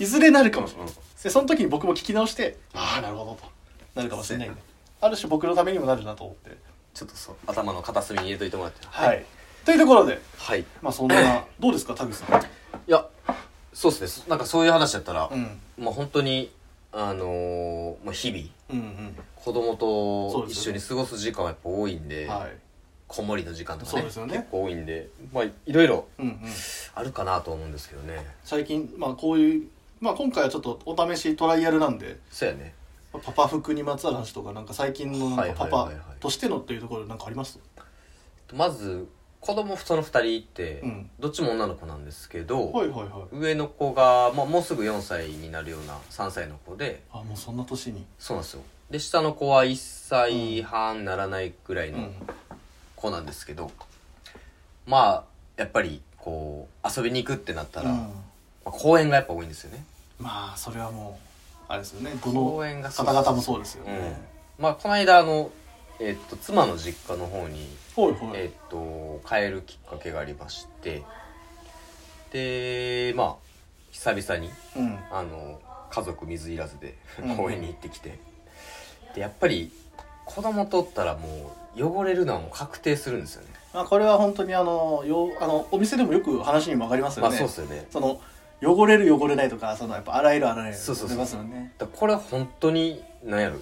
Speaker 2: いずれなるかもしれないでその時に僕も聞き直してああなるほどとなるかもしれないんである種僕のためにもなるなと思って
Speaker 1: ちょっとそう頭の片隅に入れといてもらって
Speaker 2: はいというところで
Speaker 1: はいい
Speaker 2: まあそん などうですか田口さん
Speaker 1: やそうっすねそなんかそういう話だったら、
Speaker 2: うん
Speaker 1: まあ本当にあのーまあ、日々
Speaker 2: うんうん
Speaker 1: 子供
Speaker 2: そう
Speaker 1: と
Speaker 2: で
Speaker 1: 一
Speaker 2: す
Speaker 1: 緒
Speaker 2: よね
Speaker 1: に過ごす時間はやっぱ多いんで、
Speaker 2: はい
Speaker 1: 子守りの時間とか
Speaker 2: そう
Speaker 1: ね
Speaker 2: ですよね
Speaker 1: 結構多いんでまあいろいろ
Speaker 2: うんうん
Speaker 1: あるかなと思うんですけどね
Speaker 2: 最近まあこういうまあ今回はちょっとお試しトライアルなんで
Speaker 1: そうやね
Speaker 2: まあパパ服にまつわる話とかなんか最近のなんかパ
Speaker 1: はい
Speaker 2: パ
Speaker 1: はいはいはい
Speaker 2: としてのっていうところなんかあります
Speaker 1: まず子供その2人って、
Speaker 2: うん
Speaker 1: どっちも女の子なんですけど、
Speaker 2: はいはいはい
Speaker 1: 上の子が、まあ、もうすぐ4歳になるような3歳の子で
Speaker 2: あもうそんな年に
Speaker 1: そうなんですよで下の子は1歳半ならないぐらいの子なんですけど、まあやっぱりこう遊びに行くってなったら、
Speaker 2: う
Speaker 1: ま
Speaker 2: ん
Speaker 1: あ公園がやっぱ多いんですよね、
Speaker 2: まあそれはもうあれですよねどの
Speaker 1: 公園が
Speaker 2: 方々もそうですよね、
Speaker 1: うんまあこの間あの、えっと妻の実家の方に、
Speaker 2: ほいほい、
Speaker 1: えっと帰るきっかけがありましてでまあ久々に
Speaker 2: うん
Speaker 1: あの家族水いらずで
Speaker 2: うん
Speaker 1: 公園に行ってきて、でやっぱり子供とったらもう汚れるのはもう確定するんですよね
Speaker 2: まあ、これは本当にあのよあのお店でもよく話にも上がりますよ
Speaker 1: ま
Speaker 2: ね、
Speaker 1: あそうっすよね
Speaker 2: その汚れる汚れないとかそのやっぱ洗える洗えない
Speaker 1: そうそうそう
Speaker 2: 出ますよね
Speaker 1: だからこれは本当に何やろ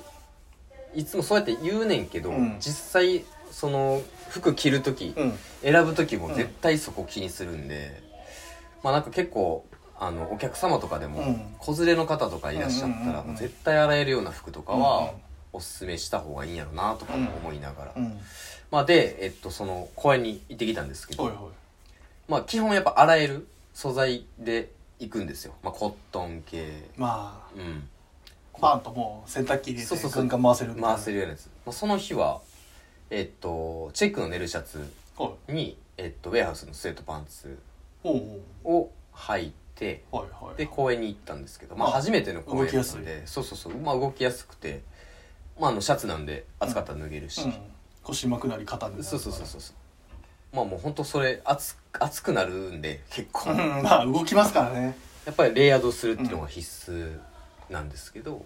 Speaker 1: いつもそうやって言うねんけど、
Speaker 2: うん
Speaker 1: 実際その服着る時、
Speaker 2: うん
Speaker 1: 選ぶ時も絶対そこ気にするんで、まあなんか結構あのお客様とかで
Speaker 2: うん
Speaker 1: も子連れの方とかいらっしゃった
Speaker 2: う
Speaker 1: ら
Speaker 2: んうんうんうん
Speaker 1: 絶対洗えるような服とかはおすすめした方がいいんやろなとかも思いながら、
Speaker 2: うん
Speaker 1: まあで、えっと、その公園に行ってきたんですけ
Speaker 2: ほい
Speaker 1: ど、
Speaker 2: ほ
Speaker 1: まあ基本やっぱ洗える素材で行くんですよ、まあ、コットン系
Speaker 2: いま
Speaker 1: うん
Speaker 2: あパンともう洗濯機入れ
Speaker 1: そう
Speaker 2: て
Speaker 1: そう
Speaker 2: ガ
Speaker 1: そう
Speaker 2: ンガン回せるみたいな
Speaker 1: 回せるようなやつ、まあ、その日はえっとチェックの寝るシャツ
Speaker 2: ほ
Speaker 1: に、えっと、ウェアハウスのスウェットパンツ
Speaker 2: いほうほ
Speaker 1: を履いて
Speaker 2: うはいはい
Speaker 1: で公園に行ったんですけど、まあ、
Speaker 2: あ
Speaker 1: 初めての公園
Speaker 2: 動
Speaker 1: な
Speaker 2: き
Speaker 1: ん
Speaker 2: や
Speaker 1: でそうそうそう、まあ、動きやすくて、まあ、あのシャツなんで暑かったら脱げるし、
Speaker 2: うん、腰まくなり肩になる
Speaker 1: そうそうそうそうそうまあもう本当それ暑く暑くなるんで結構、
Speaker 2: うんまあ動きますからね
Speaker 1: やっぱりレイヤードするっていうのが必須なんですけど、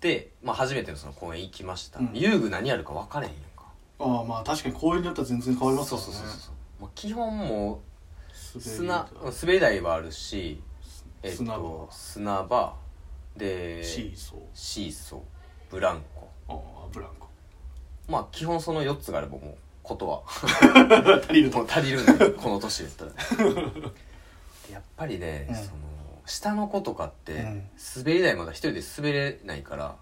Speaker 1: で、まあ、初めてのその公園行きました、
Speaker 2: うん
Speaker 1: 遊具何あるか分かれへんやんか
Speaker 2: ああまあ確かに公園によっては全然変わります
Speaker 1: そ
Speaker 2: か
Speaker 1: う
Speaker 2: らね
Speaker 1: そうそうそう、まあ、基本もう砂
Speaker 2: 砂
Speaker 1: 滑り台はあるし、えっ
Speaker 2: 砂
Speaker 1: と、砂場で
Speaker 2: シーソー
Speaker 1: シーソーブランコ
Speaker 2: ああブランコ
Speaker 1: まあ基本その4つがあればもうことは
Speaker 2: 足りる
Speaker 1: もう 足りるんでこの年だ ったらでやっぱりね、
Speaker 2: うん
Speaker 1: その下の子とかって、
Speaker 2: うん
Speaker 1: 滑り台まだ一人で滑れないから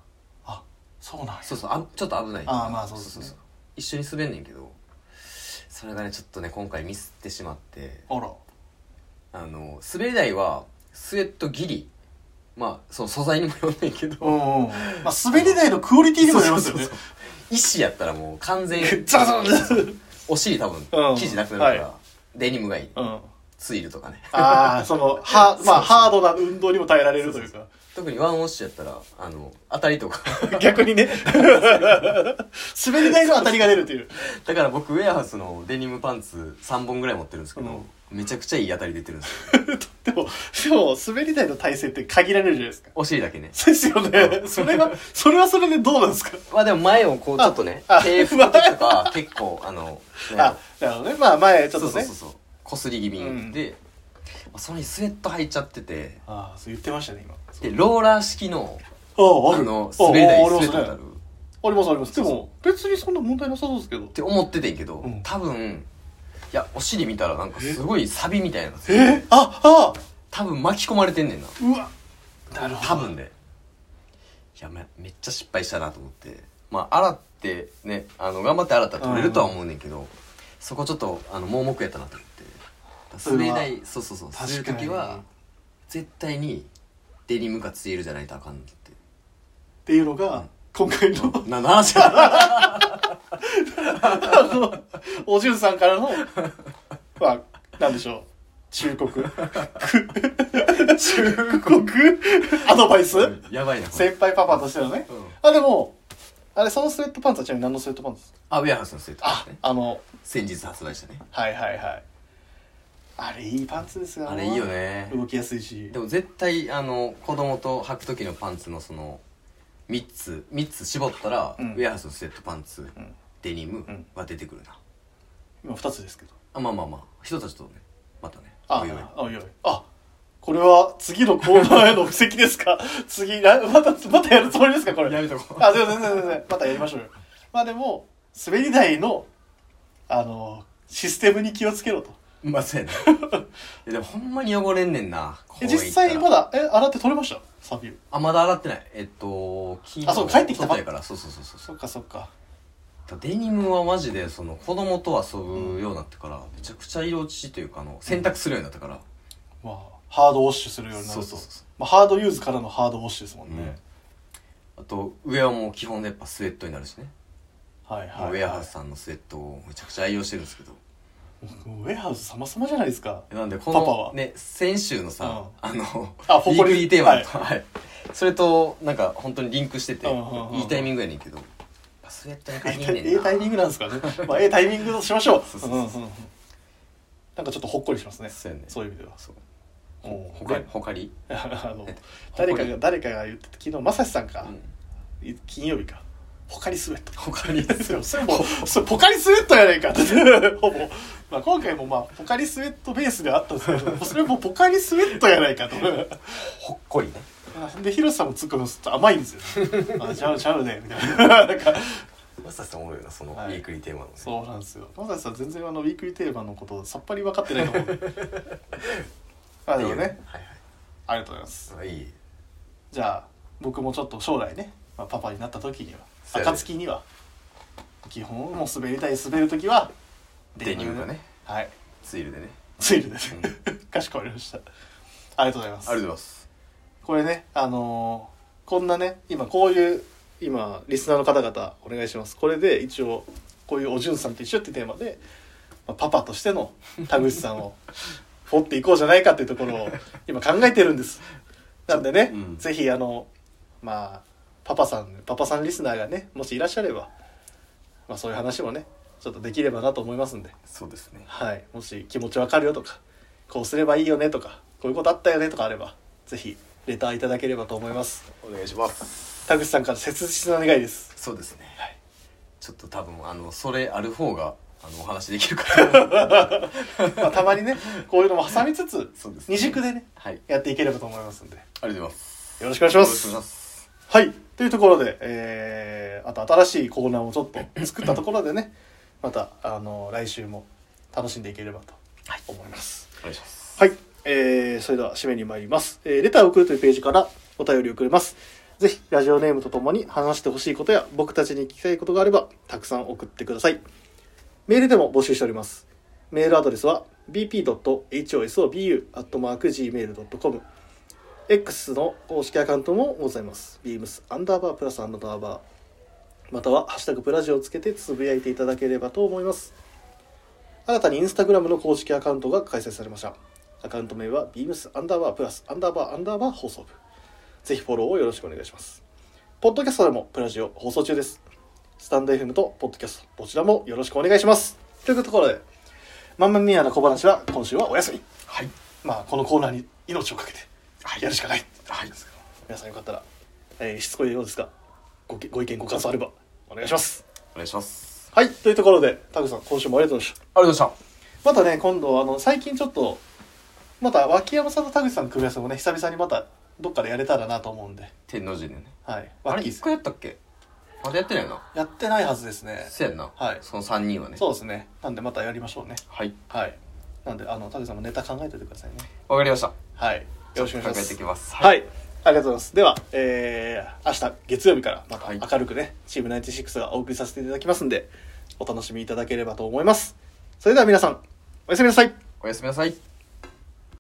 Speaker 2: あそうなんや
Speaker 1: そうそうあちょっと危ない
Speaker 2: あーまあそうですね
Speaker 1: 一緒に滑んねんけどそれがねちょっとね今回ミスってしまって
Speaker 2: あら
Speaker 1: あの滑り台はスウェットギリまあその素材にもよんねんけど
Speaker 2: うんうん、まあ、滑り台のクオリティにもよりますよね
Speaker 1: そうそう石やったらもう完全に
Speaker 2: ザザザ
Speaker 1: お尻多分
Speaker 2: うん
Speaker 1: 生地なくなるから、
Speaker 2: は
Speaker 1: デニムがいい
Speaker 2: うん
Speaker 1: ツイルとかね
Speaker 2: ああそのはまあハードな運動にも耐えられるというか
Speaker 1: 特にワンオッシュやったらあの当たりとか
Speaker 2: 逆にね 滑り台の当たりが出るという
Speaker 1: だから僕ウェアハウスのデニムパンツ3本ぐらい持ってるんですけど、めちゃくちゃいい当たり出てるんですよ
Speaker 2: でもでも滑り台の体勢って限られるじゃないですか
Speaker 1: お尻だけね
Speaker 2: そうですよねそれはそれはそれでどうなんですか
Speaker 1: まあでも前をこうちょっとね
Speaker 2: ああ
Speaker 1: 手振る時とか結構あのね
Speaker 2: あなるほどねまあ前ちょっと
Speaker 1: そ
Speaker 2: ね
Speaker 1: うそうそうそうこすり気味で、まあそれにスウェット履いちゃってて
Speaker 2: ああそう言ってましたね今
Speaker 1: でローラー式の
Speaker 2: あ
Speaker 1: あの滑り台
Speaker 2: ああありま
Speaker 1: 滑っ
Speaker 2: す
Speaker 1: たこ
Speaker 2: ね
Speaker 1: とあるっ
Speaker 2: ありますありますで
Speaker 1: そう
Speaker 2: も別にそんな問題なさそうですけど
Speaker 1: て思っててんけど、
Speaker 2: うん
Speaker 1: 多分いやお尻見たらなんかすごいサビみたいな
Speaker 2: えー、ああ
Speaker 1: 多分巻き込まれてんねんな
Speaker 2: うわなるほど
Speaker 1: 多分ねいやめめっちゃ失敗したなと思ってまあ洗ってねあの頑張って洗ったら取れるとは思うねんけど、そこちょっとあの盲目やったなと思ってだから滑り台そうそうそう
Speaker 2: 確か
Speaker 1: 滑
Speaker 2: に
Speaker 1: る時は絶対にデニムかツイールじゃないとあかんって
Speaker 2: っていうのが、今回の
Speaker 1: なな話や
Speaker 2: あのおじゅんさんからのまあなんでしょう忠告忠告アドバイス
Speaker 1: やばいなこれ
Speaker 2: 先輩パパとしてのね、
Speaker 1: うん
Speaker 2: あでもあれそのスウェットパンツはちなみに何のスウェットパンツですか
Speaker 1: あウェアハウスの生徒ですね
Speaker 2: あの
Speaker 1: 先日発売したね
Speaker 2: はいはいはいあれいいパンツですよ
Speaker 1: あれいいよね
Speaker 2: 動きやすいし
Speaker 1: でも絶対あの子供と履く時のパンツのその3つ3つ絞ったら、
Speaker 2: うん
Speaker 1: ウェアハウスのセットパンツ、
Speaker 2: ん
Speaker 1: デニム
Speaker 2: ん
Speaker 1: は出てくるな、
Speaker 2: 今2つですけど
Speaker 1: あまあまあまあ人たちとねまたね
Speaker 2: あ
Speaker 1: おいおい
Speaker 2: あおいおいあこれは次のコーナーへの布石ですか次なまたまたやるつもりですかこれ
Speaker 1: やめとこう
Speaker 2: あ全然全然全然またやりましょうよまあでも滑り台のあのシステムに気をつけろと
Speaker 1: まあそうや ねいやでもほんまに汚れんねんな
Speaker 2: え実際ま
Speaker 1: だ
Speaker 2: だえ洗って取れましたサビ
Speaker 1: あまだ洗ってないえっと昨
Speaker 2: あそう帰ってきたば
Speaker 1: ば
Speaker 2: っ
Speaker 1: っからそうそうそうそうそ
Speaker 2: そっかそっか
Speaker 1: うデニムはマジでその子供と遊ぶようになってから、めちゃくちゃ色落ちというかあの洗濯するようになったから、
Speaker 2: まあハードウォッシュするようになると
Speaker 1: そうそうそうそう
Speaker 2: まあ、ハードユーズからのハードウォッシュですもんね、
Speaker 1: あと上はもう基本やっぱスウェットになるしね、
Speaker 2: はいは
Speaker 1: ウ
Speaker 2: い、
Speaker 1: ェアハウスさんのスウェットをめちゃくちゃ愛用してるんですけど
Speaker 2: もうウェアハウス様々じゃないですか
Speaker 1: なんでこ
Speaker 2: パパは
Speaker 1: のね先週のさ、あの
Speaker 2: あ
Speaker 1: ウ
Speaker 2: ほ
Speaker 1: ィ
Speaker 2: こ
Speaker 1: ー
Speaker 2: り
Speaker 1: クリーテーマと、はいそれとなんか本当にリンクしてて、
Speaker 2: うんうんうんうん
Speaker 1: いいタイミングやねんけどやっぱスウェットに限んね
Speaker 2: え
Speaker 1: ん
Speaker 2: え
Speaker 1: な
Speaker 2: タイミングな んですかねまあええタイミングとしましょう
Speaker 1: そう
Speaker 2: う
Speaker 1: そ
Speaker 2: ん
Speaker 1: う
Speaker 2: う
Speaker 1: そ
Speaker 2: ん
Speaker 1: う
Speaker 2: うんなんかちょっとほっこりしますね
Speaker 1: そうやね
Speaker 2: そういう意味では
Speaker 1: そう
Speaker 2: お
Speaker 1: ほか
Speaker 2: ーで
Speaker 1: ほかり、
Speaker 2: あの
Speaker 1: ね
Speaker 2: 誰
Speaker 1: ほっこ
Speaker 2: かが
Speaker 1: り
Speaker 2: 誰かが言ってた昨日まさしさん
Speaker 1: う
Speaker 2: か
Speaker 1: ん、
Speaker 2: い金曜日かほかりスウェット
Speaker 1: ほ かりです よ
Speaker 2: それもうそれポカリスウェットや ないかほぼ、まあ、今回もまあポカリスウェットベースではあったんですけ どそれもポカリスウェットやないかと
Speaker 1: ほっこりね
Speaker 2: でヒロさんも突っ込むと甘いんです よあちゃうちゃうねみたいななんか
Speaker 1: まさしさんおもろいなそのウ
Speaker 2: はい
Speaker 1: ィークリーテーマのね、
Speaker 2: そうなんですよ野崎さん全然あのウィークリーテーマのことさっぱり分かってないと思 うまあでもね
Speaker 1: はい
Speaker 2: ありがとうございます
Speaker 1: はいいい
Speaker 2: じゃあ僕もちょっと将来ね、まあ、パパになった時には
Speaker 1: そうやね
Speaker 2: 暁には基本もう滑りたい滑る時は
Speaker 1: デニムがね
Speaker 2: はい
Speaker 1: ツイルでね
Speaker 2: ツイルです、 かしこまりましたありがとうございます
Speaker 1: ありがとうございます
Speaker 2: これねあのーこんなね今こういう今リスナーの方々お願いしますこれで一応こういうおじゅんさんと一緒ってテーマで、まあ、パパとしての田口さんを 掘っていこうじゃないかっていうところを今考えてるんですなんでね、
Speaker 1: うん
Speaker 2: ぜひあのまあパパさんパパさんリスナーがねもしいらっしゃれば、まあ、そういう話もねちょっとできればなと思いますんで
Speaker 1: そうですね
Speaker 2: はい、もし気持ちわかるよとかこうすればいいよねとかこういうことあったよねとかあればぜひレターいただければと思います
Speaker 1: お願いします
Speaker 2: 田口さんから切実なお願いです
Speaker 1: そうですね
Speaker 2: はい
Speaker 1: ちょっと多分あのそれある方があのお話できるかと 思う
Speaker 2: まあ、たまに ねこういうのも挟みつつ
Speaker 1: そうですね
Speaker 2: 二軸でね
Speaker 1: はい
Speaker 2: やっていければと思いますんでよ
Speaker 1: ありがとうございます
Speaker 2: ろしくお願いします
Speaker 1: よろしくお願いします
Speaker 2: はいというところで、えー、あと新しいコーナーをちょっと作ったところでねまたあの来週も楽しんでいければと思います、
Speaker 1: お願いします
Speaker 2: はい、えー、それでは締めに参ります、えー、レターを送るというページからお便りをくれますぜひラジオネームとともに話してほしいことや僕たちに聞きたいことがあればたくさん送ってくださいメールでも募集しておりますメールアドレスは bp.hosobu.gmail.com X の公式アカウントもございます。beams アンダーバープラスアンダーバーまたはハッシュタグプラジオをつけてつぶやいていただければと思います。新たにインスタグラムの公式アカウントが開設されました。アカウント名は beams アンダーバープラスアンダーバーアンダーバー放送部。ぜひフォローをよろしくお願いします。ポッドキャストでもプラジオ放送中です。スタンド FM とポッドキャスト、どちらもよろしくお願いします。というところで、まんまみやな小話は今週はお休み。
Speaker 1: はい
Speaker 2: まあ、このコーナーに命をかけて
Speaker 1: はい
Speaker 2: やるしかない。
Speaker 1: はい
Speaker 2: 皆さんよかったら、えーしつこいようですがごきご意見ご感想あればお願いします
Speaker 1: お願いします
Speaker 2: はいというところでタグさん今週もありがとうございまし
Speaker 1: ありがとうございました
Speaker 2: たまたね今度あの最近ちょっとまた脇山さんと田口さんの組み合わせもね久々にまたどっかでやれたらなと思うんで
Speaker 1: 天王寺でね
Speaker 2: はい
Speaker 1: あ
Speaker 2: ワッ
Speaker 1: れ
Speaker 2: キー
Speaker 1: 一
Speaker 2: ズ
Speaker 1: 回やったっけまだやってないな
Speaker 2: やってないはずですね
Speaker 1: せやんな、
Speaker 2: はい
Speaker 1: その三人はね
Speaker 2: そうですねなんでまたやりましょうね
Speaker 1: はい
Speaker 2: はいなんであの武さんもネタ考えておいてくださいね
Speaker 1: わかりました
Speaker 2: はいよろしくお願いしま
Speaker 1: 考えて
Speaker 2: す
Speaker 1: きます
Speaker 2: はいいありがとうございますでは、えー、明日月曜日からま
Speaker 1: はい
Speaker 2: た明るくね、チーム96がお送りさせていただきますんでお楽しみいただければと思いますそれでは皆さんおやすみなさい
Speaker 1: おやすみなさい